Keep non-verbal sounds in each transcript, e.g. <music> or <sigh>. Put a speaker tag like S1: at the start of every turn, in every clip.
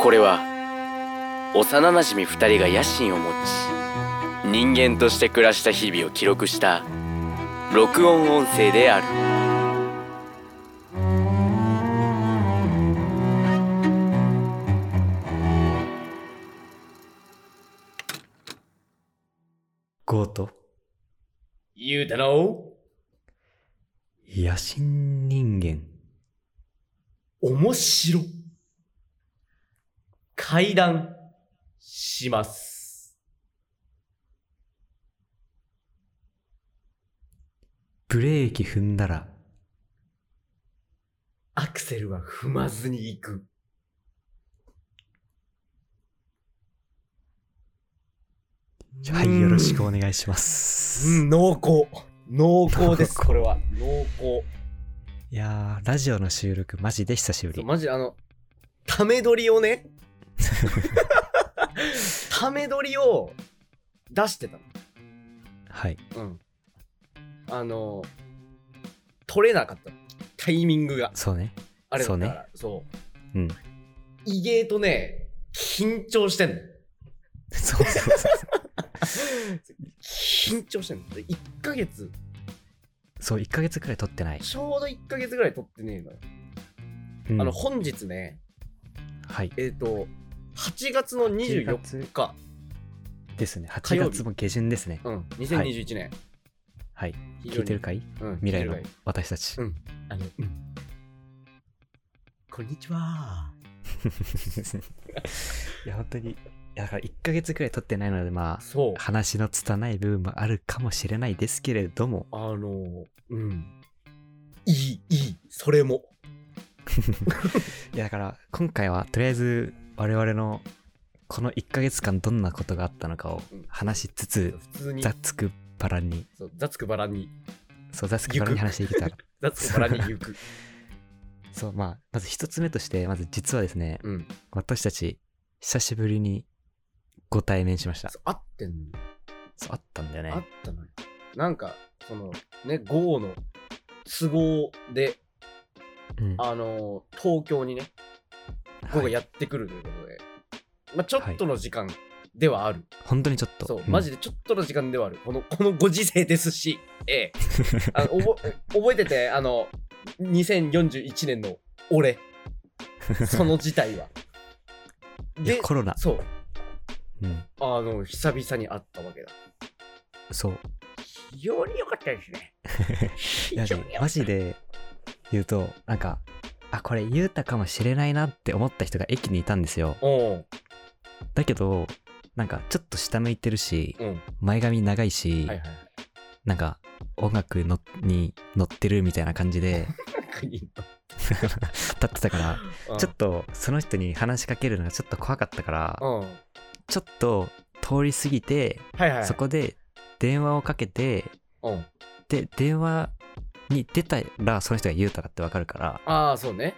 S1: これは幼なじみ2人が野心を持ち人間として暮らした日々を記録した録音音声である
S2: ゴート、
S3: 言うたの
S2: 野心人間。
S3: 面白。会談します。
S2: ブレーキ踏んだら、
S3: アクセルは踏まずに行く。
S2: はい、よろしくお願いします。
S3: うん、濃厚。濃厚です、
S2: 濃厚
S3: これは。濃厚。
S2: いやー、ラジオの収録、マジで久しぶ
S3: そ
S2: り
S3: う。マジあの、ため撮り
S2: <laughs>
S3: をね、ため撮りを出してた
S2: はい。
S3: の。うん。あの、撮れなかったの。タイミングが。
S2: そうね。
S3: あれだったから。そう,、
S2: うん。
S3: 意外とね、緊張してんの。
S2: そうそうそう。
S3: 緊張してんの。で1ヶ月、
S2: <laughs> そう、1ヶ月くらい撮ってない。
S3: ちょうど1ヶ月ぐらい撮ってねえのよ。
S2: うん
S3: あの、本日ね、
S2: はい。
S3: えっ、と、8月の24日、
S2: ですね。8
S3: 火曜日
S2: 月も下旬ですね。
S3: うん、2021年。
S2: はい。
S3: 非
S2: 聞
S3: 常
S2: い
S3: に
S2: てるかい
S3: うん、
S2: 未来の
S3: 聞いてるかい
S2: 私たち
S3: う。んあの、こんにちは。
S2: <laughs> いや、本当に。いやだから1ヶ月くらい撮ってないので、まあ、
S3: そう。
S2: 話の拙い部分もあるかもしれないですけれども、
S3: あの、うん。いい、いい、それも。
S2: いやだから今回はとりあえず我々のこの1ヶ月間どんなことがあったのかを
S3: うん
S2: 話しつつ、
S3: 普通に、
S2: ざっつくばらに、
S3: そう雑くばらに、
S2: そう、ざっつくばらに話していけた
S3: <laughs>
S2: ら。
S3: 雑くばらに行 <laughs> く。
S2: そう、まあ、まず一つ目として、まず実はですね、
S3: うん。
S2: 私たち、久しぶりにご対面しました。
S3: そう合ってんのよ
S2: そう、あったんだよ
S3: あっ
S2: ね。
S3: たのよ。なんか、その、ね、GO の都合で、
S2: うん。
S3: あの、東京にね、
S2: はい
S3: GO がやってくるということで、まあ、ちょっとの時間ではある。
S2: 本当にちょっと。
S3: そう、
S2: ん
S3: マジでちょっとの時間ではある。この、このご時世ですし、 <laughs> ええ。あの覚え覚えてて、あの、2041年の俺、 <laughs> その事態は。
S2: いや
S3: で、
S2: コロナ。
S3: そう、
S2: うん。
S3: あの、久々に会ったわけだ。
S2: そう。
S3: 非常に良かったですね。非
S2: いや
S3: 常に良か
S2: マ
S3: った
S2: ジ。で言うと、なんか、あ、これ、言うたかもしれないなって思った人が駅にいたんですよ。
S3: おう
S2: だけど、なんか、ちょっと下向いてるし、
S3: うん。
S2: 前髪長いし、
S3: はいはいはい。
S2: なんか、音楽のに乗ってるみたいな感じで
S3: 国
S2: 立ってたから、
S3: の
S2: ちょっとその人に話しかけるのがちょっと怖かったから、
S3: うん。うん。
S2: ちょっと通り過ぎて、
S3: はいはい。
S2: そこで電話をかけて、
S3: うん。
S2: で、電話に出たら、その人が言うたらってわかるから、
S3: ああ、そうね。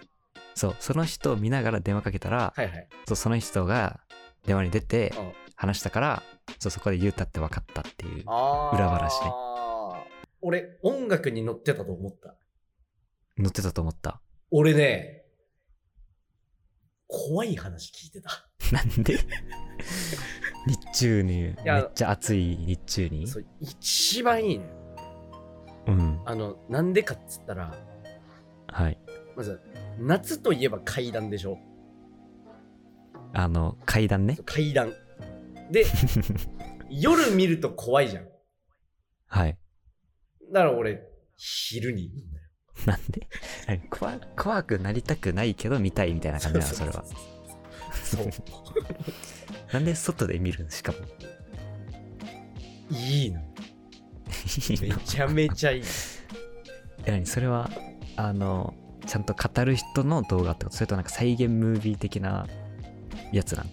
S2: そう、その人を見ながら電話かけたら、
S3: はいはい。
S2: そうその人が電話に出て
S3: うん
S2: 話したから、そうそこで言うたって分かったっていう。
S3: ああ。
S2: 裏話ね
S3: 俺、音楽に乗ってたと思った。
S2: 乗ってたと思った。 <laughs>
S3: 俺ね、怖い話聞いてた。
S2: なんで <laughs> 日中に、
S3: や
S2: めっちゃ暑い日中に
S3: そう、一番いいのよ
S2: うん。
S3: あの、なんでかっつったら、
S2: はい。
S3: まず、夏といえば階段でしょ。
S2: あの、階段ね
S3: そう。階段。 <laughs> で、夜見ると怖いじゃん。
S2: はい。
S3: だから俺、昼に見んだよ。
S2: <laughs> なんでなんか怖怖くなりたくないけど見たいみたいな感じなの、それは。
S3: そう。
S2: <laughs> なんで外で見るのしかも。
S3: いいの。
S2: いい
S3: め
S2: の
S3: ちゃめちゃいい。
S2: え <laughs> 何それは、あの、ちゃんと語る人の動画ってことそれとなんか再現ムービー的なやつなん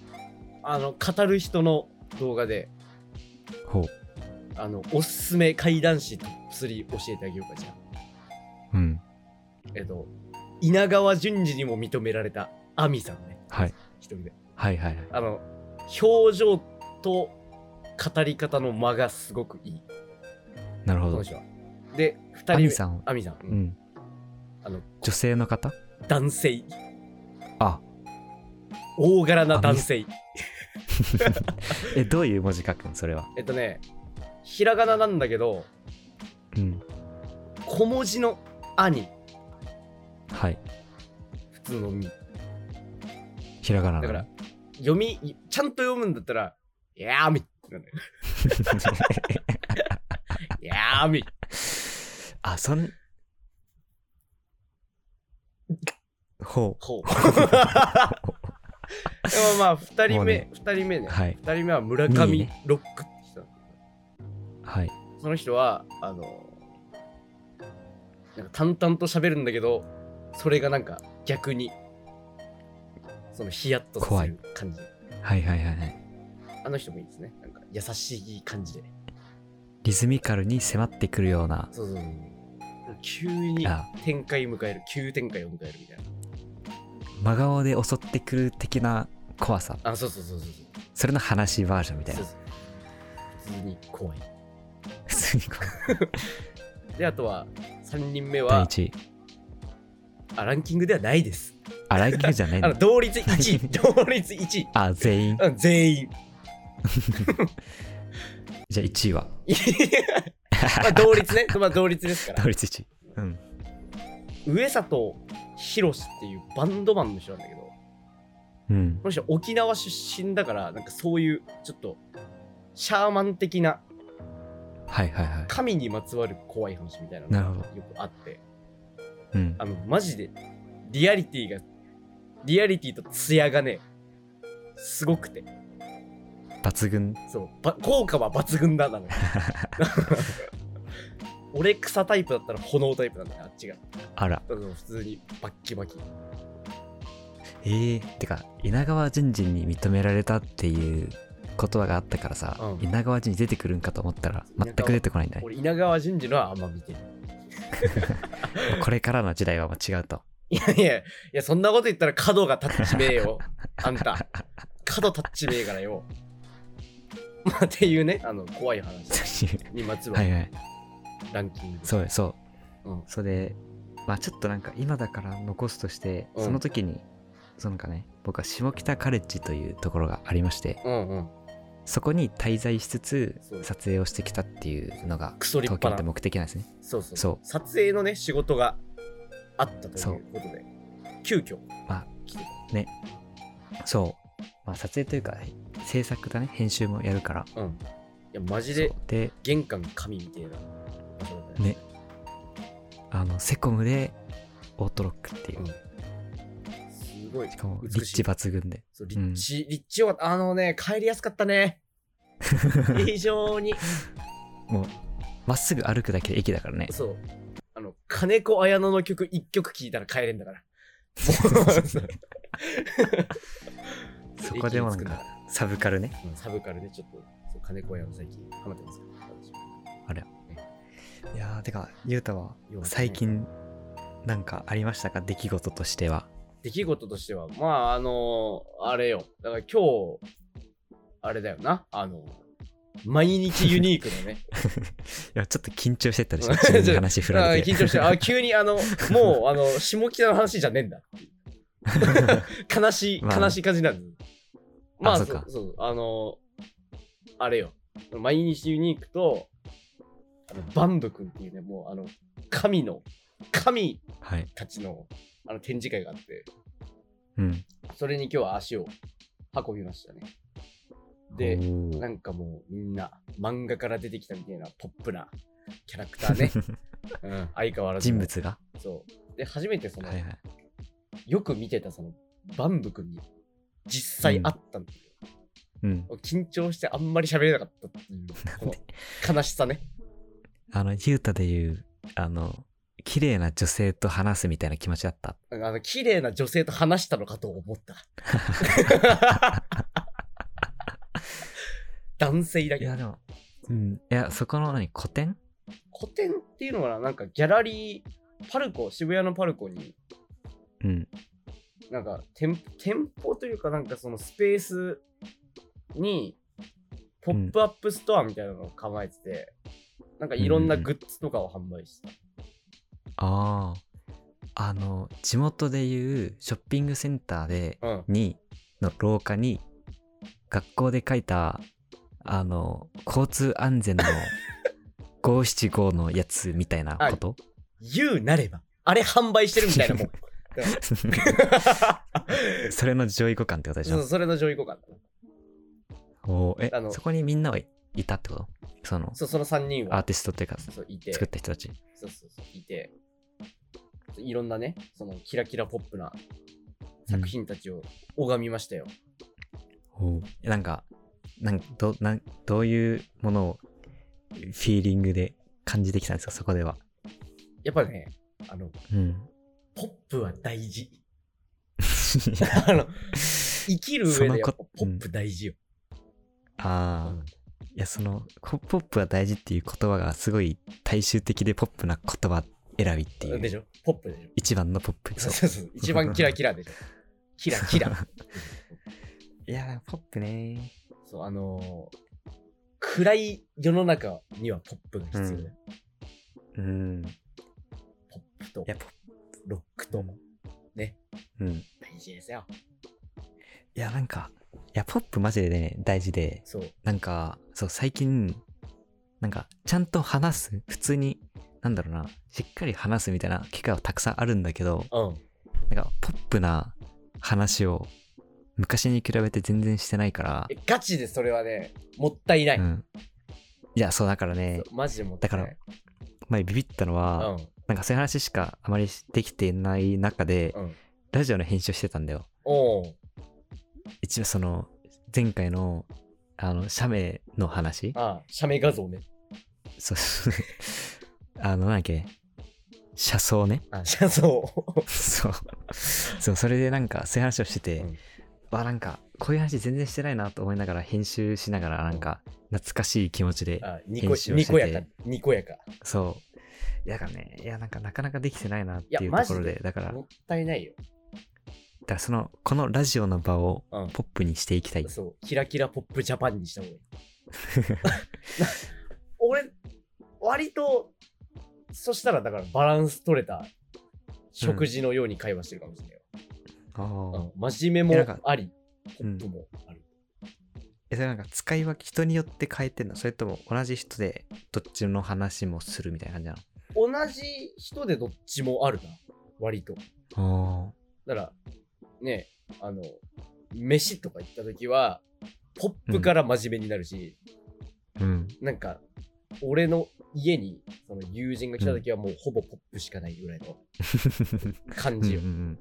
S3: あの、語る人の動画で、
S2: ほう。
S3: あの、おすすめ怪談師トップ3教えてあげようか、じゃあ。
S2: うん。
S3: えっと、稲川淳二にも認められた亜美さんね、
S2: はい。
S3: 一人で。
S2: はいはいはい。
S3: あの、表情と語り方の間がすごくいい、
S2: なるほ
S3: この
S2: ど。
S3: 人は。で、二人
S2: ア
S3: 目
S2: ミさん、
S3: 亜美さん。う
S2: うんん。
S3: あの、
S2: 女性の方
S3: 男性。
S2: あ、
S3: 大柄な男性
S2: えどういう文字書くんそれは
S3: えっとねひらがななんだけど
S2: うん
S3: 小文字の「あ」に
S2: はい
S3: 普通の「み」
S2: ひらがな
S3: だ
S2: の
S3: から読みちゃんと読むんだったら「やーみ」なんだよやーみ
S2: <laughs> あそんほ
S3: ほう <laughs> でもまあ2人
S2: もう
S3: 目
S2: ね
S3: 二、人目
S2: う
S3: ね
S2: はい
S3: 2人目は村
S2: いい
S3: 上
S2: ね
S3: ロックって人なの
S2: はい
S3: その人はあのなんか淡々と喋るんだけどそれがなんか逆にそのヒヤッとさ
S2: 怖
S3: せ
S2: い
S3: る感じ
S2: はいはいはいはい
S3: あの人もいいですねなんか優しい感じで
S2: リズミカルに迫ってくるような
S3: そうそうそう急に
S2: あ
S3: 展開迎える急展開を迎えるみたい
S2: 真顔で襲ってくる的な怖さ
S3: なあそうそうそうそうそう
S2: それの話バージョンみたい
S3: そ
S2: な
S3: うそう普通に怖い
S2: 普通に怖い
S3: であとは3人目
S2: 第
S3: は
S2: 一位
S3: あランキングではないです
S2: あランキングじゃないん
S3: あ
S2: だ
S3: の同率1位同率1位
S2: あ全員
S3: うん
S2: <laughs>
S3: 全員
S2: じゃあ1位は
S3: まあ同率ねまあ同率ですから
S2: 同率1位うん
S3: 上里博っていうバンドマンの人なんだけど、
S2: うん
S3: この人沖縄出身だから、なんかそういうちょっとシャーマン的な
S2: はいはいはい
S3: 神にまつわる怖い話みたいな
S2: なる
S3: の
S2: ほ
S3: がよくあって、
S2: うん
S3: あの、マジでリアリティが、リアリティとツヤがね、すごくて、
S2: 抜群
S3: そう、ば効果は抜群だ
S2: <laughs>
S3: なの。俺草タイプだったら炎タイプなんだよ、あっちが。
S2: あら
S3: だから普通にバッキバキ。
S2: ええてか稲川淳二に認められたっていう言葉があったからさ、
S3: うん
S2: 稲川淳二出てくるんかと思ったら
S3: 稲
S2: 全
S3: 川
S2: く出てこないんだね
S3: 俺稲川淳二のはあんま見てない。
S2: これからの時代はもう違う
S3: <laughs>
S2: と
S3: いやいや、いやそんなこと言ったら角がタッチめ
S2: <laughs>
S3: えよ。あんた。角タッチめえからよ。まあ、っていうね、あの、怖い話にまつわ
S2: <laughs> はい
S3: る
S2: はい
S3: ランキング。。
S2: そうそう
S3: ん。
S2: それまあちょっとなんか今だから残すとして、
S3: うん
S2: その時にそのなんかね僕は下北カレッジというところがありまして
S3: うんうん。
S2: そこに滞在しつつ
S3: そう
S2: 撮影をしてきたっていうのが
S3: クソ立
S2: 東京っ
S3: 派
S2: て
S3: な。
S2: 目的なんですね
S3: そうそう
S2: そう
S3: 撮影のね、仕事があったとい
S2: そうう
S3: ことで、急遽。
S2: まあ
S3: 来て
S2: そう、まあ、撮影というか制作だね編集もやるから
S3: た。うん。いや、マジで
S2: そうで
S3: 玄関神みたいな場所だったね。
S2: ねあのセコムでオートロックっていう、
S3: うんすごい。
S2: しかも
S3: 美しい
S2: 立地抜群で
S3: そう、立地、立地よかった。あのね、帰りやすかった
S2: <laughs>
S3: ね。非常に。
S2: もうまっすぐ歩くだけで駅だからね
S3: そう。あの、金子綾乃の曲一曲聴いたら帰れんだ
S2: <laughs>
S3: から。
S2: そこでもなんかサブカルね
S3: サブカルね、ちょっと、そう金子綾乃最近ハマってますから。
S2: いやーてかゆうたは
S3: よかったね
S2: 最近なんかありましたか出来事としては
S3: 出来事としては、まあ、あのあれよ。だから今日、あれだよな。あの毎日ユニークだね。
S2: い <laughs> やちょっと緊張してたでしょ
S3: ちょ
S2: 自分の話振ら
S3: あ
S2: れて
S3: 緊張し
S2: <laughs>
S3: て、あ、急にあの、もう、あの、下北の話じゃねえんだ。悲しい、
S2: まあね
S3: 悲しい感じになる。まあ、
S2: あそ
S3: そう
S2: か
S3: うそう、あの、あれよ。毎日ユニークと、あのバンド君っていうね、もう、あの、神の、神
S2: はい
S3: たちの、あの、展示会があって、
S2: うん
S3: それに今日は足を運びましたね。で
S2: おー
S3: なんかもう、みんな、漫画から出てきたみたいな、ポップなキャラクター
S2: <laughs>
S3: ね。うん、相変わらず。
S2: 人物が
S3: そう。で、初めてその、
S2: はいはい
S3: よく見てたその、バンブ君に実際会ったんだよ。
S2: うん
S3: 緊張してあんまり喋れなかったっていう、
S2: <laughs>
S3: この悲しさね。
S2: あのゆうたでいうあの綺麗な女性と話すみたいな気持ちだった
S3: あの、綺麗な女性と話したのかと
S2: <laughs>
S3: 思った。男性だ
S2: い
S3: けど
S2: や。でもうんいやそこの何古典
S3: 古典っていうのは、なんかギャラリー、パルコ、渋谷のパルコに、
S2: うん
S3: なんか店店舗というか、なんかそのスペースに、ポップアップストアみたいなのを構えてて、なんかいろんなグッズとかを販売してた。
S2: あああの地元でいうショッピングセンターで
S3: うん。
S2: にの廊下に学校で書いたあの交通安全の
S3: <laughs>
S2: 575のやつみたいなこと <laughs>
S3: 言うなれば、あれ販売してるみたいなもん。
S2: それの上位互換ってことでし
S3: そう
S2: ょ
S3: それの上位互換。
S2: おーえ
S3: あの
S2: そこにみんなはいたってことその
S3: そう、その3人
S2: アー
S3: は
S2: ティストっていうか
S3: そういて、
S2: 作った人たち
S3: そうそうそういて、いろんなね、そのキラキラポップな作品たちを拝みましたよ。
S2: おなんかなんどなんどういうものをフィーリングで感じてきたんですかそこでは、
S3: やっぱね、あの、
S2: うん、
S3: ポップは大
S2: <laughs>
S3: 事。あの、生きる上でやっぱポップ大事よ。
S2: ああ、
S3: うん
S2: いやそのポポップは大事っていう言葉がすごい大衆的でポップな言葉選びってい
S3: で
S2: う
S3: しょポップでしょ
S2: 一番のポップ
S3: そう
S2: そう
S3: そうそう。一番キラキラ
S2: <laughs>
S3: でしょ。キラキラ。
S2: いやポップね
S3: そう、あのー暗い世の中にはポップが必要だよ。
S2: うん
S3: ポップと
S2: いやポッ
S3: ロックと
S2: プうんい
S3: 大事ですよ。
S2: やなんかいやポップマジでね大事で
S3: そう。
S2: なんかそう最近なんかちゃんと話す普通になんだろうなしっかり話すみたいな機会はたくさんあるんだけど
S3: うん。
S2: なんかポップな話を昔に比べて全然してないから
S3: え、ガチでそれはね、もったいない。
S2: うん、いやそうだからね
S3: そうマジでもったいない。
S2: 前ビビったのは、
S3: うん。
S2: なんかそういう話しかあまりできてない中で、
S3: うん。
S2: ラジオの編集してたんだよ
S3: おう
S2: 一応その前回のあの写メの話
S3: ああ、写メ画像ね。
S2: そう <laughs> あのなんだっけ車窓ね
S3: あ、写像。
S2: そうそうそれでなんかそういう話をしてて、
S3: うん
S2: わなんかこういう話全然してないなと思いながら編集しながらなんか懐かしい気持ちで
S3: あ、にこ
S2: 編集を
S3: に
S2: してて
S3: こやか。にこやか。
S2: そういやだからねいやなんかなかなかできてないなって
S3: い
S2: い
S3: や
S2: う
S3: マ
S2: と
S3: ジ
S2: ころ
S3: で
S2: でだから
S3: もったいないよ。
S2: だからそのこのラジオの場を
S3: うん
S2: ポップにしていきたい、
S3: そう、キラキラポップジャパンにした方
S2: <laughs>
S3: がいい。俺、割と、そしたらだからバランス取れた食事のように会話してるかもしれないよ。
S2: ああ
S3: うん真面目
S2: えな
S3: も
S2: んか
S3: あり、ポ
S2: うん
S3: ップもある。
S2: えそれなんか使い分け人によって変えてんのそれとも同じ人でどっちの話もするみたいな感じな
S3: 同じ人でどっちもあるな、割と。
S2: の
S3: だから、ね、あの、飯とか行った時は、ポップから真面目になるし、
S2: ああう
S3: <laughs>
S2: ん
S3: なんか、俺の家にその友人が来た時はもうほぼポップしかないぐらいの感
S2: うんう
S3: じ
S2: ん
S3: よ。
S2: うん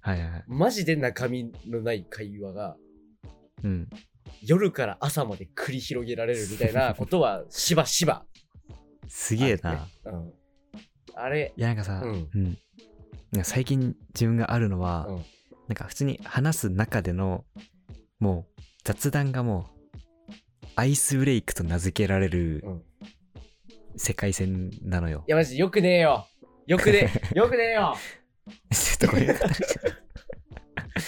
S2: はいはいはい
S3: マジで中身のない会話が
S2: うん
S3: 夜から朝まで繰り広げられるみたいなことはしばしば。
S2: すげえな、
S3: あるねうん、あれ、
S2: いやなんかさ、
S3: うん
S2: うんなんか最近自分があるのは、
S3: うん
S2: なんか普通に話す中でのもう雑談がもうアイスブレイクと名付けられる
S3: うん
S2: 世界線なのよ
S3: い。やマジよくねえよ。よくね <laughs> え、よくねえよ。
S2: ちょっとこれ言うこと <laughs> い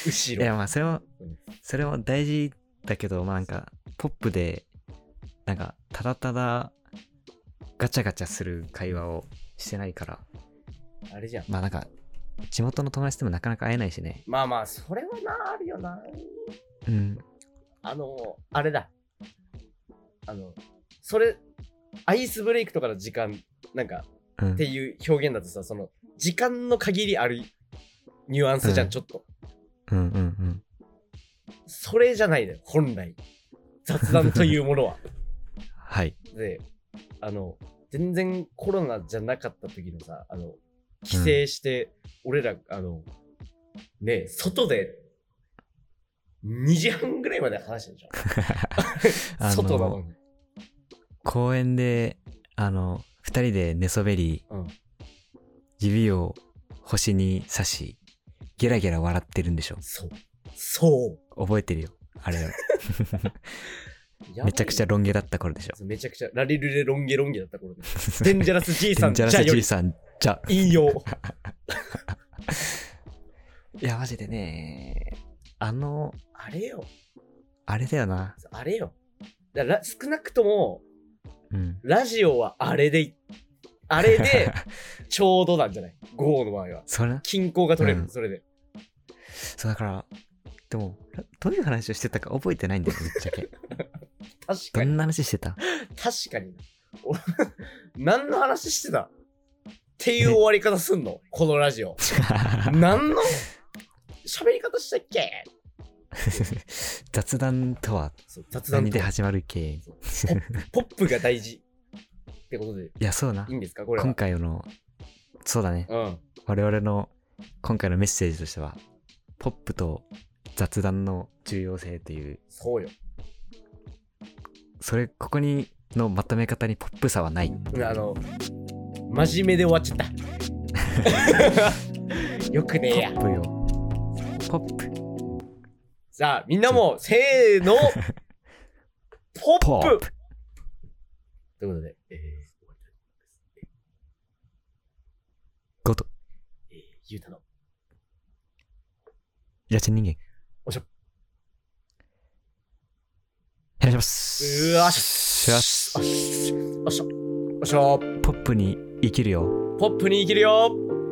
S3: 後ろ。
S2: やまあそれも
S3: うん
S2: それも大事だけどまあなんかポップでなんかただただガチャガチャする会話をしてないから
S3: あれじゃん。
S2: まあなんか地元の友達でもなかなか会えないしね。
S3: まあまあ、それはな、あるよな。
S2: うん。
S3: あの、あれだ。あの、それ、アイスブレイクとかの時間、なんか、
S2: うん
S3: っていう表現だとさ、その、時間の限りあるニュアンスじゃ
S2: うん
S3: ん、ちょっと。
S2: うんうんうん。
S3: それじゃないのよ、本来。雑談というも
S2: <laughs>
S3: のは。
S2: はい。
S3: で、あの、全然コロナじゃなかった時のさ、あの、帰省して、俺ら、あの、ねえ外で、2時半ぐらいまで話してるじゃ
S2: <laughs> あ
S3: ん。
S2: の
S3: 外なのに。
S2: 公園であの2人で寝そべり
S3: うん。
S2: 指を星に刺しゲラゲラ笑ってるんでしょ
S3: そう。そ
S2: 覚えてるよあれ
S3: う。
S2: めちゃくちゃ
S3: ロ
S2: ロン毛だった頃でしょ
S3: めちゃくちゃ、ラリルレロンゲロンゲだった頃で。デンジャラス G
S2: デ
S3: さ
S2: ン
S3: ん
S2: ジ
S3: じ
S2: ャ
S3: ゃ
S2: ラ
S3: あ
S2: ス
S3: よ
S2: じ
S3: り
S2: いさんじゃ
S3: 引用。
S2: いやマジでねあの
S3: あれよ。
S2: あれだよな
S3: あれよ。だから少なくとも、
S2: うん
S3: ラジオはあれでい、あれ <laughs> でちょうどなんじゃない ?5 の場合は。
S2: それ
S3: 均衡が取れる、
S2: うん
S3: それで。
S2: そうだからででも、どういう話をしてたか覚えてないんだよ、ぶっちゃ
S3: <laughs>
S2: け。
S3: 確
S2: ど
S3: か
S2: ん
S3: に。
S2: な話してた
S3: 確かにな。お <laughs> 何の話してたっていう終わり方すんのこのラジ <laughs> オ。何の喋り方したっけ
S2: <laughs> 雑談とは
S3: そう雑談
S2: 何
S3: と
S2: で始まる系。
S3: そうポップが大事。ってことで、
S2: いや、そうない
S3: い。んですかこれは。
S2: 今回の、そうだね。
S3: うん。
S2: 我々の今回のメッセージとしては、ポップと雑談の重要性という、
S3: そうよ。
S2: それ、ここに、のまとめ方にポップさはない。
S3: あの、真面目で終わっちゃった。 <laughs> よくねえや
S2: ポ。ップよ。ポップ。
S3: さあ、みんなも、せーの、ポップ
S2: ポップ。
S3: ということで、えー
S2: ごと。
S3: えーゆうたの、
S2: じゃち人間。
S3: おしょ。
S2: お願いします。
S3: うわっ
S2: しよし。
S3: おっしゃ、おっしゃ、
S2: ポップに生きるよ。
S3: ポップに生きるよ